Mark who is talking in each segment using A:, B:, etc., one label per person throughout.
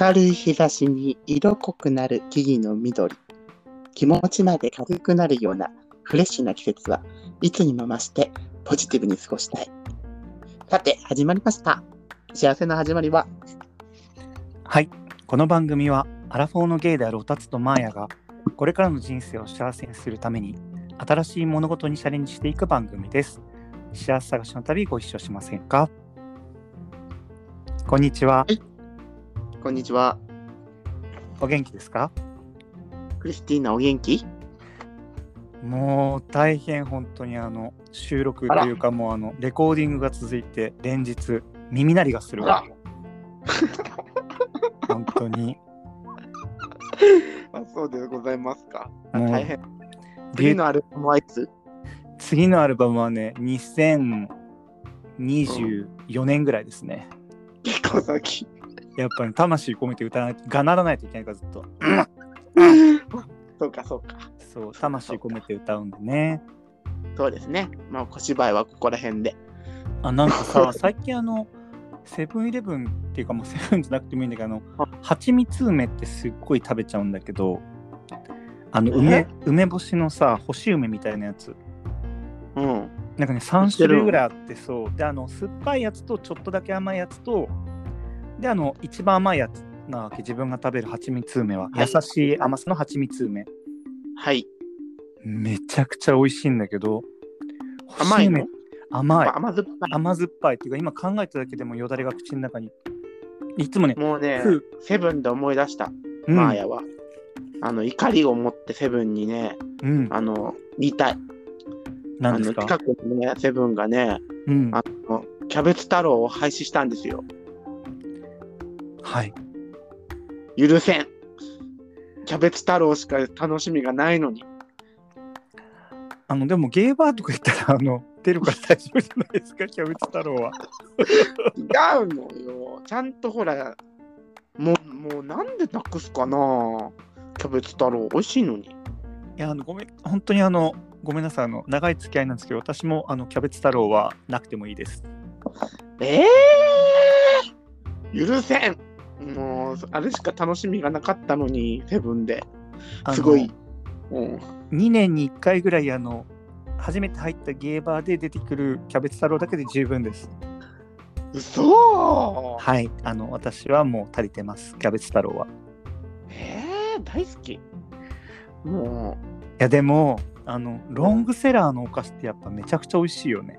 A: 明るい日差しに色濃くなる木々の緑気持ちまで軽くなるようなフレッシュな季節はいつにも増してポジティブに過ごしたいさて始まりました幸せの始まりは
B: はいこの番組はアラフォーのゲイであるオタツとマーヤがこれからの人生を幸せにするために新しい物事にチャレンジしていく番組です幸せ探しの旅ご一緒しませんかこんにちは
A: こんにちは
B: お元気ですか
A: クリスティーナお元気
B: もう大変本当にあの収録というかもうあのレコーディングが続いて連日耳鳴りがするわ本 当に
A: あそうでございますか
B: もう
A: 大変
B: ビ
A: 次
B: ュ
A: のアルバムはい つ
B: 次のアルバムはね2024年ぐらいですね、
A: 結構先
B: やっぱり魂込めて歌わないがならないといけないからずっと
A: そうかそうか
B: そう魂込めて歌うんでね
A: そうですねまあ小芝居はここら辺で
B: あ なんかさ最近あのセブンイレブンっていうかもうセブンじゃなくてもいいんだけどあの
A: あ
B: 蜂蜜梅ってすっごい食べちゃうんだけどあの
A: え
B: 梅梅干しのさ干し梅みたいなやつ
A: うん
B: なんか
A: 売
B: ね3
A: ってる
B: 種類ぐらいあってそうであの酸っぱいやつとちょっとだけ甘いやつとであの一番甘いやつなわけ自分が食べる蜂蜜梅は
A: は
B: 優
A: い
B: しい甘さの蜂蜜梅
A: はい
B: めちゃくちゃ美味しいんだけど
A: 甘いの
B: 干し梅甘
A: ま
B: い
A: あ甘酸っぱい
B: 甘酸っぱいっていうか今考えただけでもよだれが口の中にいつもね、
A: もうね
B: ふう
A: セブンで思い出した
B: うん
A: マーヤは、あの怒りを持ってセブンにね、
B: うん、
A: あの言いたい。あ
B: 何です
A: の
B: か
A: 近くのねセブンがね、
B: うん
A: あのキャベツ太郎を廃止したんですよ。
B: はい
A: 許せん。キャベツ太郎しか楽しみがないのに。
B: あのでもゲーバーとか行ったらあの 出るから大丈夫じゃないですかキャベツ太郎は
A: 違うのよ。ちゃんとほら、もうもうなんでなくすかな。キャベツ太郎美味しいのに。
B: いやあのごめん本当にあのごめんなさいあの長い付き合いなんですけど私もあのキャベツ太郎はなくてもいいです
A: えー、許せん。もうあれしか楽しみがなかったのにセブンで
B: あの
A: すごい。うん
B: 2年に1回ぐらいあの初めて入ったゲーバーで出てくるキャベツ太郎だけで十分です
A: 嘘
B: はいあの私はもう足りてますキャベツ太郎は
A: えー、大好き。も
B: いやでもあのロングセラーのお菓子ってやっぱめちゃくちゃ美味しいよね。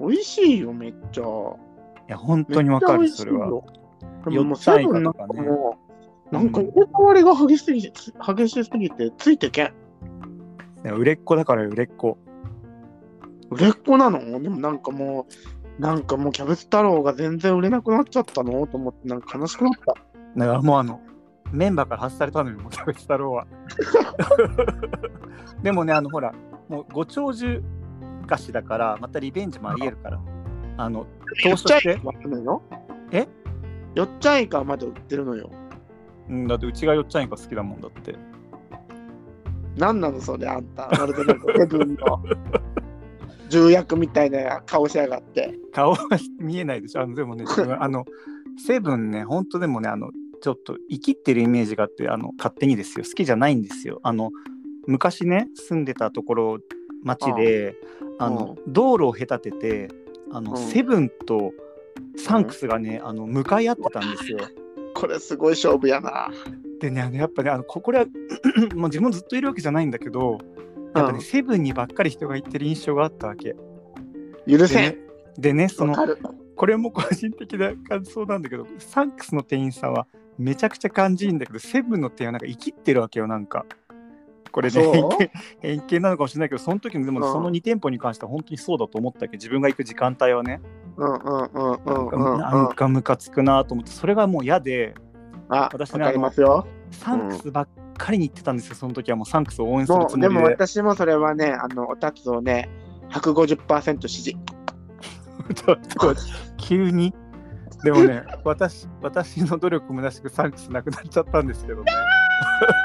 A: う、美味しいよ、めっちゃ。本
B: いや本当にわかるそれは。
A: でももう、
B: 四
A: セ
B: つ以
A: ブ
B: 下
A: ンな
B: と
A: ん
B: か
A: か
B: ね
A: もう、なんか入れ替わりが激しすぎて、つ激しすぎて、ついてけん。
B: いや売れっ子だから売れっ子。
A: 売れっ子なのでもなんかもう、なんかもう、キャベツ太郎が全然売れなくなっちゃったのと思って、なんか悲しくなった。
B: だからもうあのメンバーから外されたのよもうキャベツ太郎は。 でもねあのほらもうご長寿菓子だからまたリベンジもあり得るから。あの投資として
A: わかんないよ。
B: え
A: よっちゃんいかはまだ売ってるのよ。
B: うんだってうちがよっちゃんいか好きだもんだって。
A: なんなのそれあんた。まるでなんかセブンの重役みたいな顔しやがって。
B: 顔は 見えないでしょあのでもね自 分あのセブンね本当でもねあのちょっと生きってるイメージがあってあの勝手にですよ好きじゃないんですよあの昔ね住んでたところ町で
A: あ
B: あ
A: あ
B: の、道路を隔ててあの、
A: うん
B: セブンとサンクスがねあの向かい合ってたんですよ
A: これすごい勝負やな。
B: でねあのやっぱねあのここれは もう自分ずっといるわけじゃないんだけどやっぱ
A: う
B: ね、
A: ん
B: セブンにばっかり人が行ってる印象があったわけ
A: 許
B: で
A: せ
B: ね
A: ん。
B: でねそ
A: わ
B: の
A: かる。
B: これも個人的な感想なんだけどサンクスの店員さんはめちゃくちゃ感じいいんだけどセブンの店員はなんか生きってるわけよなんかこれね
A: そう
B: 偏見偏見なのかもしれないけどその時のでもね、
A: うん
B: その2店舗に関しては本当にそうだと思ったけど自分が行く時間帯はね
A: うんうんうんう
B: なん
A: ん
B: か,、
A: うんうん。
B: ムカつくなと思ってそれがもう嫌で
A: あ、わ
B: 私ね
A: かりますよ。
B: サンクスばっかりに行ってたんですよその時はもうサンクスを応援する
A: も
B: つ
A: う
B: も
A: で
B: りで
A: も私もそれはね、あのおたつをね、150%支持。
B: ちょっと急にでも ね私私の努力むなしくサンクスなくなっちゃったんですけどね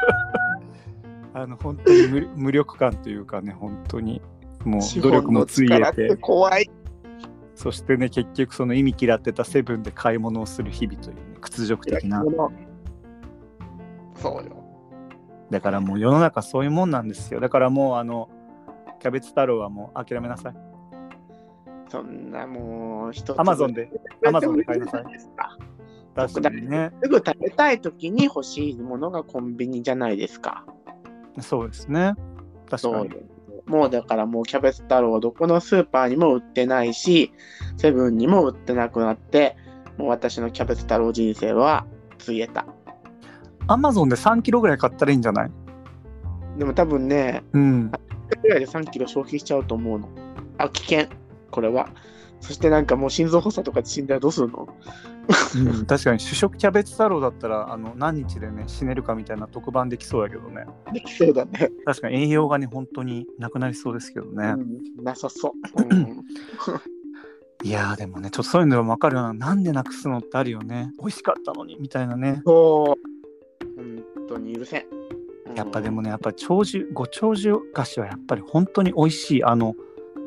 B: あの本当に無無力感というかね本当にもう
A: 資
B: 努
A: 本
B: 力も
A: の
B: ついえ
A: 力ってて怖い。
B: そしてね、結局その意味嫌ってたセブンで買い物をする日々という、ね、屈辱的な。
A: そうよ。
B: だからもう世の中そういうもんなんですよ。だからもうあの、キャベツ太郎はもう諦めなさい。
A: そんなもう一つ。
B: アマゾンで、アマゾンで買い なさい。確かにね。
A: すぐ食べたいときに欲しいものがコンビニじゃないですか。
B: そうですね。確か
A: そう
B: に。
A: よもうだからもうキャベツ太郎はどこのスーパーにも売ってないし、セブンにも売ってなくなって、もう私のキャベツ太郎人生はついえた。
B: アマゾンで3キロぐらい買ったらいいんじゃない
A: でも多分ね、
B: うん。
A: ぐらいで3キロ消費しちゃうと思うの。あ、危険。これは。そしてなんかもう心臓発作とかで死んだらどうするの
B: うん確かに主食キャベツ太郎だったらあの何日でね死ねるかみたいな特番できそうだけどね
A: できそうだね。
B: 確かに栄養がね本当になくなりそうですけどね、
A: うん、なさそう。うん、
B: いやーでもねちょっとそういうのも分かるようななんでなくすのってあるよね美味しかったのにみたいなね
A: そう。本当に許せん。うん
B: やっぱでもねやっぱ長寿ご長寿菓子はやっぱり本当に美味しいあの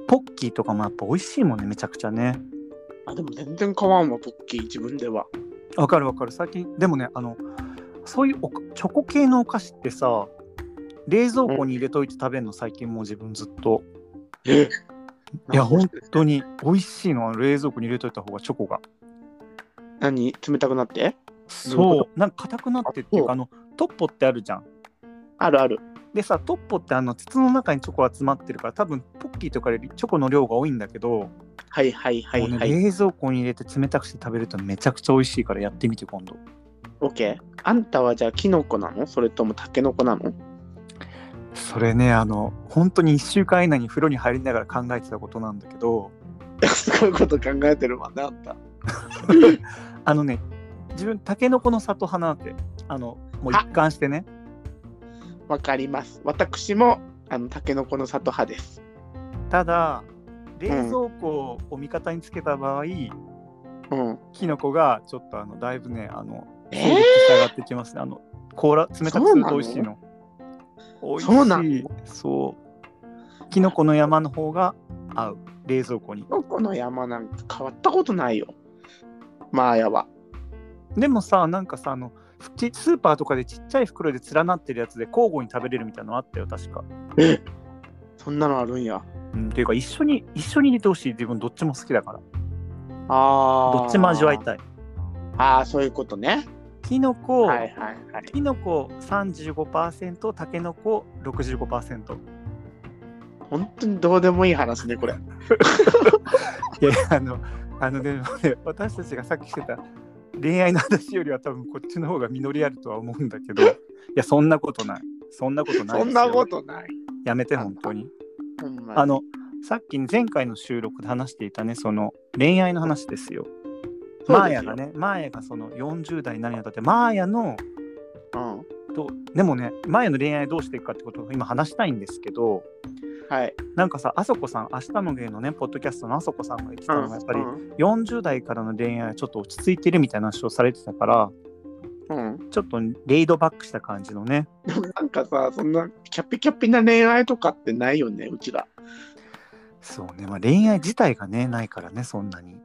B: ポッキーとかもやっぱ美味しいもんねめちゃくちゃね
A: あ、でも全然変わんわ、ポッキー、自分では。
B: わかるわかる最近でもねあのそういうおチョコ系のお菓子ってさ冷蔵庫に入れといて食べるの最近もう自分ずっと
A: え
B: いや本当に美味しいのは冷蔵庫に入れといた方がチョコが
A: 何冷たくなってどういう
B: そうなんか硬くなってっていうかあのトッポってあるじゃん
A: あるある。
B: でさトッポってあの筒の中にチョコが詰まってるから多分ポッキーとかよりチョコの量が多いんだけど、
A: はいはいはい
B: も
A: は
B: うね
A: い。
B: 冷蔵庫に入れて冷たくして食べるとめちゃくちゃ美味しいからやってみて今度
A: オッケー。あんたはじゃあキノコなのそれともタケノコなの
B: それねあの本当に1週間以内に風呂に入りながら考えてたことなんだけど
A: すごいこと考えてるわね、あんた。
B: あのね自分タケノコの里花ってあのもう
A: あ
B: 一貫してね
A: わかります。私も、あの、タケノコの里派です。
B: ただ冷蔵庫を味方につけた場合、
A: うん。
B: キノコがちょっとあのだいぶねあの
A: え
B: 衝撃下がってきますね、あの凍ら冷たくすると美味しいの
A: そうなの
B: 美味しいそうキノコの山の方が合う冷蔵庫に
A: キノコの山なんか変わったことないよ。マーヤは。
B: でもさなんかさあのふちスーパーとかでちっちゃい袋で連なってるやつで交互に食べれるみたいなのあったよ確か、
A: そんなのあるんや。
B: うん、っていうか一緒に一緒に入れてほしい自分どっちも好きだから
A: ああ。
B: どっちも味わいたい
A: ああ、そういうことね。
B: キノコ、
A: はいはいはい。
B: キノコ35%タケノコ65%
A: 本当にどうでもいい話ね、これ。
B: いやいやあのあのでもね私たちがさっきしてた恋愛の話よりは多分こっちの方が実りあるとは思うんだけどいやそんなことないそんなことない
A: そんなことない。
B: やめて本当に
A: ほんまに
B: あ、のさっき前回の収録で話していたねその恋愛の話ですよマーヤが
A: ね。
B: ねマーヤがその40代になるにあたってマーヤの
A: うん。
B: とでもねマーヤの恋愛どうしていくかってことを今話したいんですけど
A: はい。
B: なんかさあそこさん明日の芸のねポッドキャストのあそこさんが言ってたのがやっぱり
A: うん
B: 40代からの恋愛はちょっと落ち着いてるみたいな話をされてたから
A: うん。
B: ちょっとレイドバックした感じのね
A: でもなんかさ、そんなキャピキャピな恋愛とかってないよね、うちら。
B: そうね、まあ、恋愛自体がねないからねそんな に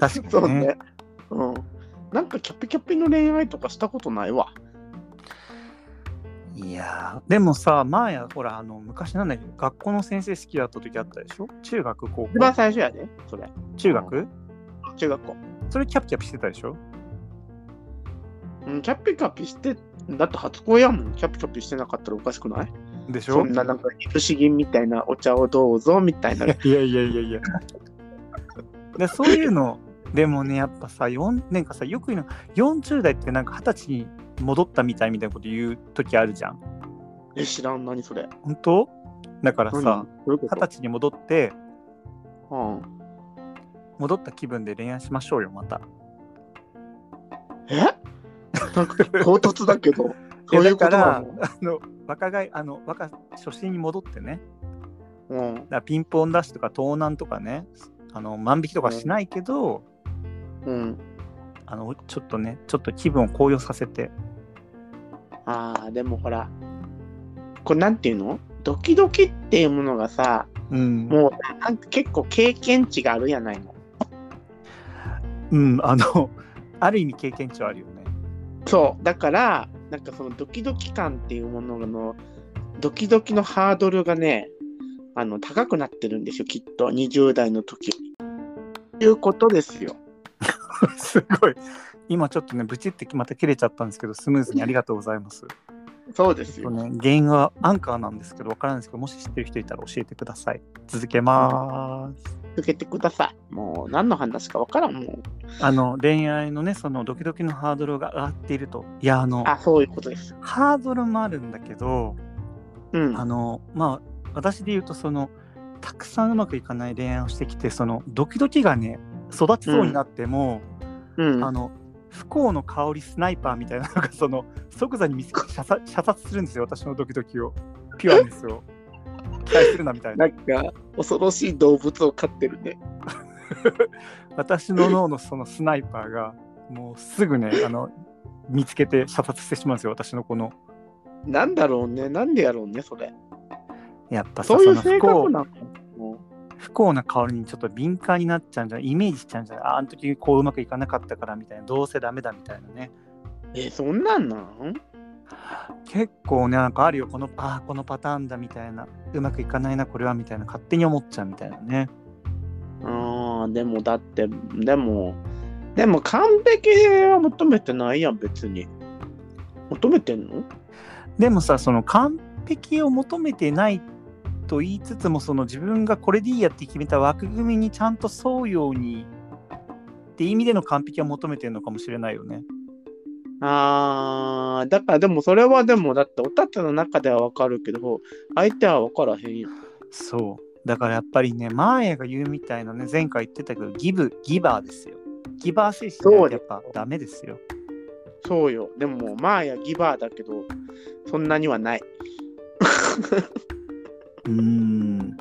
B: 確
A: そ
B: か
A: う
B: にね
A: ね。うん。なんかキャピキャピの恋愛とかしたことないわ。
B: いやーでもさマーヤほらあの昔なんだけど学校の先生好きだった時あったでしょ中学高校
A: 一番最初やで、それ。
B: 中学
A: 中学校。
B: それキャピキャピしてたでしょ
A: うん、キャピキャピして、だって初恋やもん。キャピキャピしてなかったらおかしくない
B: でし
A: そ
B: ょ
A: んななんか、いぶし銀みたいなお茶をどうぞみたいな。
B: いやいやいやいや。でそういうの、でもね、やっぱさ、4年かさ、よく言うの、40代ってなんか20歳に戻ったみたいみたいなこと言う時あるじゃん。
A: え、知らん、何それ。
B: 本当だからさ
A: 何、どういうこ
B: 20
A: と
B: 歳に戻って、
A: うん。
B: 戻った気分で恋愛しましょうよ、また。
A: えなんか唐突だけど。
B: い
A: そ
B: や
A: ういう
B: だ
A: こ
B: か
A: とな
B: ら
A: の、
B: あの、若返あの、若、初心に戻ってね、
A: うん
B: だ。からピンポンダッシュとか盗難とかね、あの、万引きとかしないけど、
A: うん。
B: あの、ちょっとね、ちょっと気分を高揚させて、
A: ああでもほらこうなんていうのドキドキっていうものがさ
B: うん、
A: もうなんか結構経験値があるやないの。
B: うん、あの、ある意味経験値はあるよね。
A: そうだからなんかそのドキドキ感っていうもののドキドキのハードルがねあの高くなってるんですよきっと20代の時。ということですよ。
B: すごい。今ちょっとね、ブチってまた切れちゃったんですけど、スムーズにありがとうございます。
A: そうです
B: そ
A: よ。
B: うね、原因はアンカーなんですけど、わからないんですけど、もし知ってる人いたら教えてください。続けます。
A: 続けてください。もう何の話かわからんもん。
B: あの、恋愛のね、そのドキドキのハードルが上がっていると。いや、あの、
A: あそういうことです。
B: ハードルもあるんだけど、
A: うん。
B: あの、まあ、私で言うと、その、たくさんうまくいかない恋愛をしてきて、その、ドキドキがね、育ちそうになっても、
A: うん、
B: あの不幸の香りスナイパーみたいなのがその 即座に見つけ 射殺射殺するんですよ私のドキドキをピュアです よ期待するなみたいな
A: なんか恐ろしい動物を飼ってるね。
B: 私の脳のそのスナイパーがもうすぐねあの見つけて射殺してしまうんですよ私のこの
A: なんだろうね。なんでやろうね、それ。
B: やっぱさ
A: そういう
B: その
A: 性
B: 不
A: 格
B: 幸
A: なのも
B: 不幸な香りにちょっと敏感になっちゃうんじゃないイメージしちゃうんじゃないああの時こううまくいかなかったからみたいなどうせダメだみたいなね
A: うえ、そんなんなん
B: 結構ねなんかあるよこのあーこのパターンだみたいなうまくいかないなこれはみたいな勝手に思っちゃうみたいなね
A: あーでもだってでもでも完璧は求めてないやん別に求めてんの
B: でもさその完璧を求めてないと言いつつもその自分がこれでいいやって決めた枠組みにちゃんと沿うようにって意味での完璧は求めてるのかもしれないよね。
A: あーだからでもそれはでもだっておたつの中ではわかるけど相手はわからへんやん
B: そうだからやっぱりねマーヤが言うみたいなね前回言ってたけどギブギバーですよ。ギバー精神
A: そ
B: な
A: うんで
B: てや
A: す
B: っぱダメですよ。
A: そうよでもまあやギバーだけどそんなにはないう
B: ーん。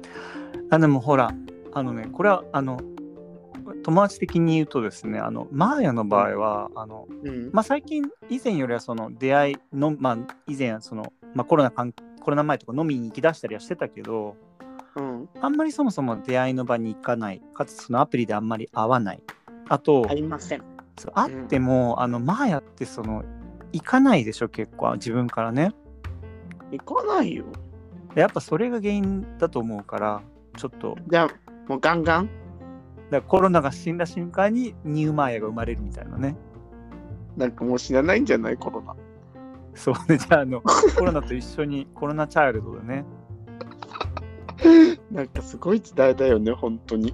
B: あでもほらあのねこれはあの友達的に言うとですねあのマーヤの場合はあの
A: うん
B: まあ、最近以前よりはその出会いの、まあ、以前その、まあ、コロナ関コロナ前とか飲みに行き出したりはしてたけど
A: うん
B: あんまりそもそも出会いの場に行かないかつそのアプリであんまり会わないあと、
A: ありません
B: そう会っても、あのマーヤってその行かないでしょ結構自分からね
A: 行かないよ
B: でやっぱそれが原因だと思うからちょっとだか
A: じゃあもうガンガン
B: らコロナが死んだ瞬間にニューマーヤが生まれるみたいなね
A: なんかもう死なないんじゃないコロナ
B: そうねじゃああのコロナと一緒にコロナチャイルドでね
A: なんかすごい時代だよね本当に
B: う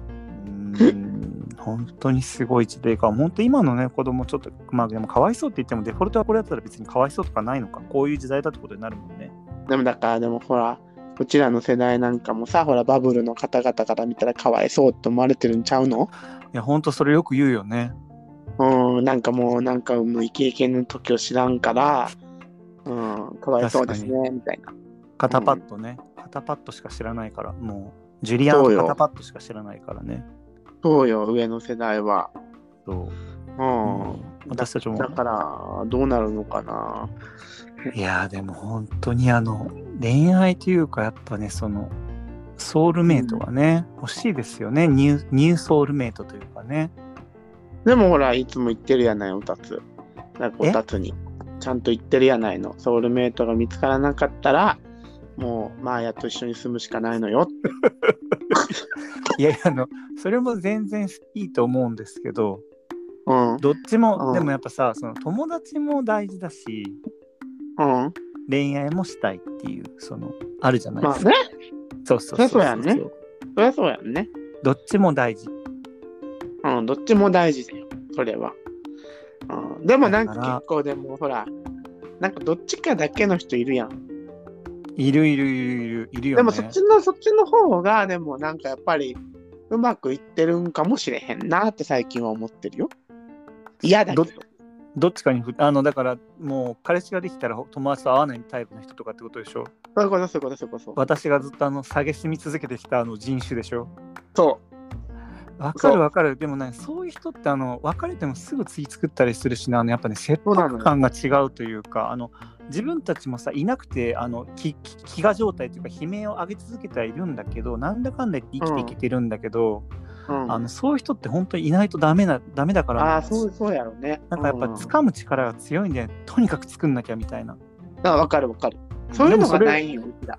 B: ーん本当にすごい時代か本当今のね子供ちょっとまあでもかわいそうって言ってもデフォルトはこれだったら別にかわいそうとかないのかこういう時代だってことになるもんね
A: でもだからでもほらうちらの世代なんかもさほらバブルの方々から見たらかわいそうって思われてるんちゃうの
B: いや本当それよく言うよね
A: うんなんかもうなんかもうイケイケの時を知らんからうんかわいそうですねみたいな
B: 肩パッドね、肩パッドしか知らないからもうジュリアン
A: そうよ
B: の肩パッドしか知らないからね
A: そうよ上の世代は
B: そう、
A: う
B: うん
A: ん、
B: 私たちも
A: だからどうなるのかない
B: やーでも本当にあの恋愛というかやっぱねそのソウルメイトはね、欲しいですよねニューニューソウルメイトというかね
A: でもほらいつも言ってるやないおたつなんかおたつにちゃんと言ってるやないのソウルメイトが見つからなかったらもうマーヤと一緒に住むしかないのよ
B: いやいやあのそれも全然いいと思うんですけど
A: うん
B: どっちも、
A: うん
B: でもやっぱさその友達も大事だし
A: うん
B: 恋愛もしたいっていうそのあるじゃない
A: ま
B: で
A: あ
B: すか、
A: ね
B: そうそう
A: そうやねそりゃそうやんね
B: どっちも大事
A: うん、どっちも大事だよ、それは。うん、でもなんか
B: だから
A: 結構でもほら、なんかどっちかだけの人いるやん。
B: いるいるいるいるいるよね
A: でもそっちのそっちの方がでもなんかやっぱりうまくいってるんかもしれへんなって最近は思ってるよ。嫌だけど。
B: どどっちかにふあのだからもう彼氏ができたら友達と会わないタイプの人とかってことでしょ
A: そういうことそういうことそういうこと。
B: 私がずっとあの下げすみ続けてきたあの人種でしょ
A: そ
B: わか
A: そう
B: るわかるでもねそういう人ってあの別れてもすぐ次作ったりするしねあのやっぱね切
A: うなのよ
B: 迫感が違うというかあの自分たちもさいなくてあのきき飢餓状態というか悲鳴を上げ続けてはいるんだけどなんだかんだ言って生きていけてるんだけど、
A: うん、
B: あのそういう人って本当にいないとダメなダメだから
A: あーそうそうやろうね。
B: なんかやっぱ掴む力が強いんで、とにかく作んなきゃみたいな
A: うんあわかるわかる。そういうのが
B: でもそれ
A: ないよ、うちら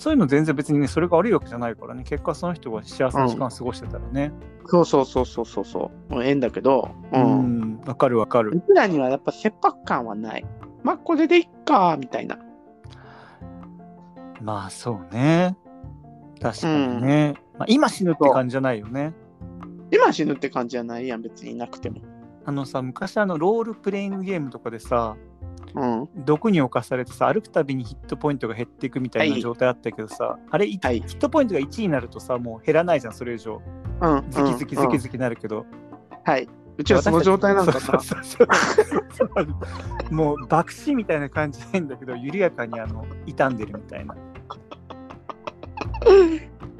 B: そういうの全然別にねそれが悪いわけじゃないからね結果その人が幸せな時間を過ごしてたらね
A: そうそうそうそうそうそう。もうええんだけど、う。
B: うん
A: うん
B: わかるわかる
A: ちらにはやっぱ切迫感はない。まあ、これでいっか、みたいな。
B: まあそうね確かにね、まあ、今死ぬって感じじゃないよね
A: 今死ぬって感じじゃないやん、別にいなくても。
B: あのさ昔あのロールプレイングゲームとかでさ
A: うん。
B: 毒に侵されてさ歩くたびにヒットポイントが減っていくみたいな
A: はい
B: 状態あったけどさ、あれい
A: はい
B: ヒットポイントが1になるとさもう減らないじゃんそれ以上
A: うん。
B: ズキズキズ
A: うんう
B: キ
A: ん
B: ズキなるけど、
A: はい。うちはその状態なんだ
B: そう
A: な。
B: そうそうそうもう爆死みたいな感じじゃないんだけど緩やかにあの傷んでるみたいな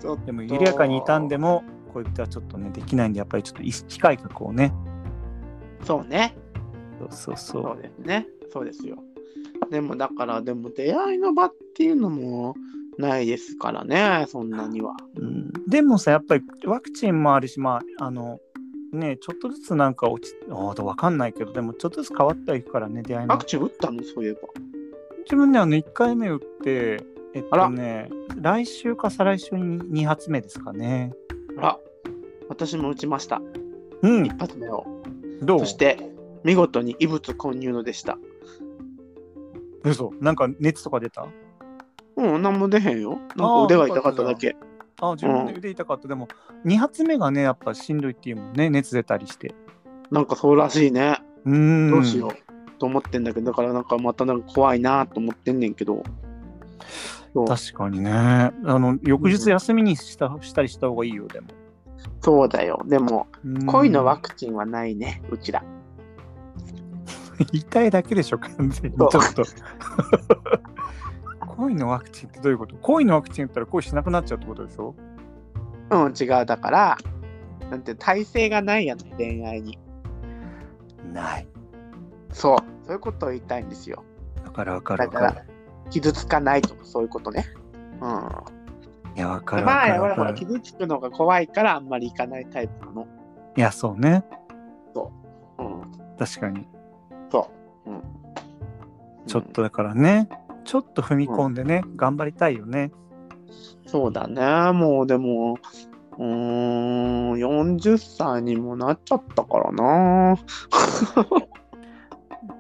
A: ちょっと
B: でも緩やかに傷んでもこういったちょっとねできないんでやっぱりちょっと意識改革をね
A: そうね。
B: そうそうそ
A: そう
B: う
A: ですね。そうですよ。でもだから、でも出会いの場っていうのもないですからね、そんなには。
B: うん、でもさやっぱりワクチンもあるしまああのねちょっとずつなんか落ちあどうわかんないけどでもちょっとずつ変わってはいくからね出会いの
A: ワクチン打ったのそういえば。
B: 自分ねあの1回目打ってえっとね来週か再来週に2発目ですかね
A: あら、私も打ちました。
B: うん
A: 一発目を。
B: どう
A: そして、見事に異物混入のでした。
B: 嘘なんか熱とか出た
A: うん、なんも出へんよ。なん
B: あ
A: か
B: ー
A: 腕が痛かっただけ。
B: あ自分で腕痛かった、でも2発目がねやっぱしんどいっていうもんね熱出たりして
A: なんかそうらしいね。
B: うーん
A: どうしよう。と思ってんだけど、だからなんかまたなんか怖いなと思ってんねんけど。そう
B: 確かにねあの翌日休みにしたしたりした方がいいよでも
A: そうだよ。でも、
B: うん
A: 恋のワクチンはないね、うちら。
B: 痛いだけでしょ完全にち
A: そ
B: ょ
A: う
B: っと 恋のワクチンってどういうこと恋のワクチン打ったら恋しなくなっちゃうってことでしょ
A: うん、違う。だから、なんて、体制がないやん、恋愛に。
B: ない
A: そう。そういうことを言いたいんですよ。
B: だからわかる
A: だ
B: わか
A: か
B: る
A: ら、傷つかないとか、そういうことね。うん。
B: いやわかるわ
A: ま
B: か
A: あ、
B: る
A: ほ
B: わ
A: らほ、
B: からる
A: 傷つくのが怖いから、あんまり行かないタイプなの。
B: いやそうね
A: うん。
B: 確かに
A: そう。うん。
B: ちょっとだからねちょっと踏み込んでね、頑張りたいよね
A: うん。そうだね。もう、でも、うーん、40歳にもなっちゃったからな。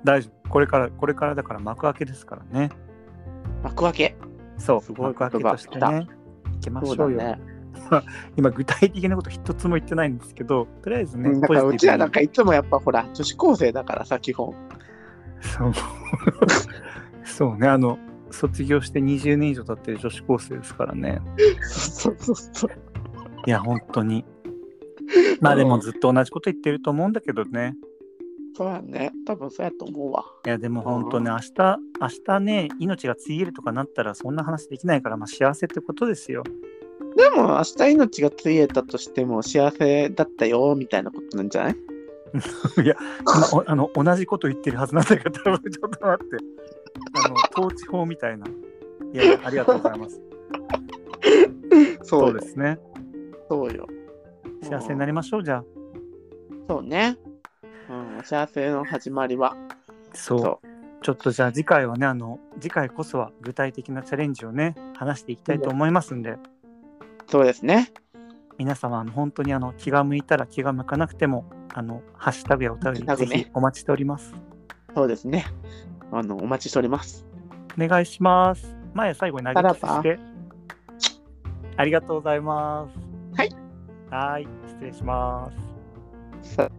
B: 大丈夫これからこれからだから幕開けですからね
A: 幕開け。
B: そう
A: すごい
B: 幕開けとしてねいきまし
A: そう
B: ょ
A: だ
B: うよ
A: ね。
B: 今具体的なこと一つも言ってないんですけどとりあえずね
A: うんだから、
B: ポ
A: う
B: ジ
A: ち
B: ティ
A: ら
B: ブに
A: なんかいつもやっぱほら、女子高生だからさ、基本。
B: そう そうねあの卒業して20年以上経ってる女子高生ですからね
A: そうそうそう。
B: いや本当にまあでもずっと同じこと言ってると思うんだけどね
A: そうやね。多分そうやと思うわ。
B: いやでも本当ね明日明日ね命がついえるとかなったらそんな話できないからまあ幸せってことですよ
A: でも明日命がついえたとしても幸せだったよみたいなことなんじ ゃない
B: まあお あの同じこと言ってるはずなんだけど多分ちょっと待ってあの統治法みたいないやいやありがとうございますそうですね
A: そうよ。
B: 幸せにな
A: り
B: りましょうじゃあ
A: そうね。うん、幸せの始まりは。
B: そうちょっとじゃあ次回はねあの次回こそは具体的なチャレンジをね話していきたいと思いますんで
A: そうですね。
B: 皆様あの本当にあの気が向いたら気が向かなくてもあのハッシュタグやお便
A: ハッシュ
B: り
A: タグ
B: ぜ
A: ね
B: ひお待ちしております、
A: そうですね。あの、お待ちしております。
B: お願いします前最後に投げキスしてありがとうございます
A: はい
B: はーい失礼します
A: さ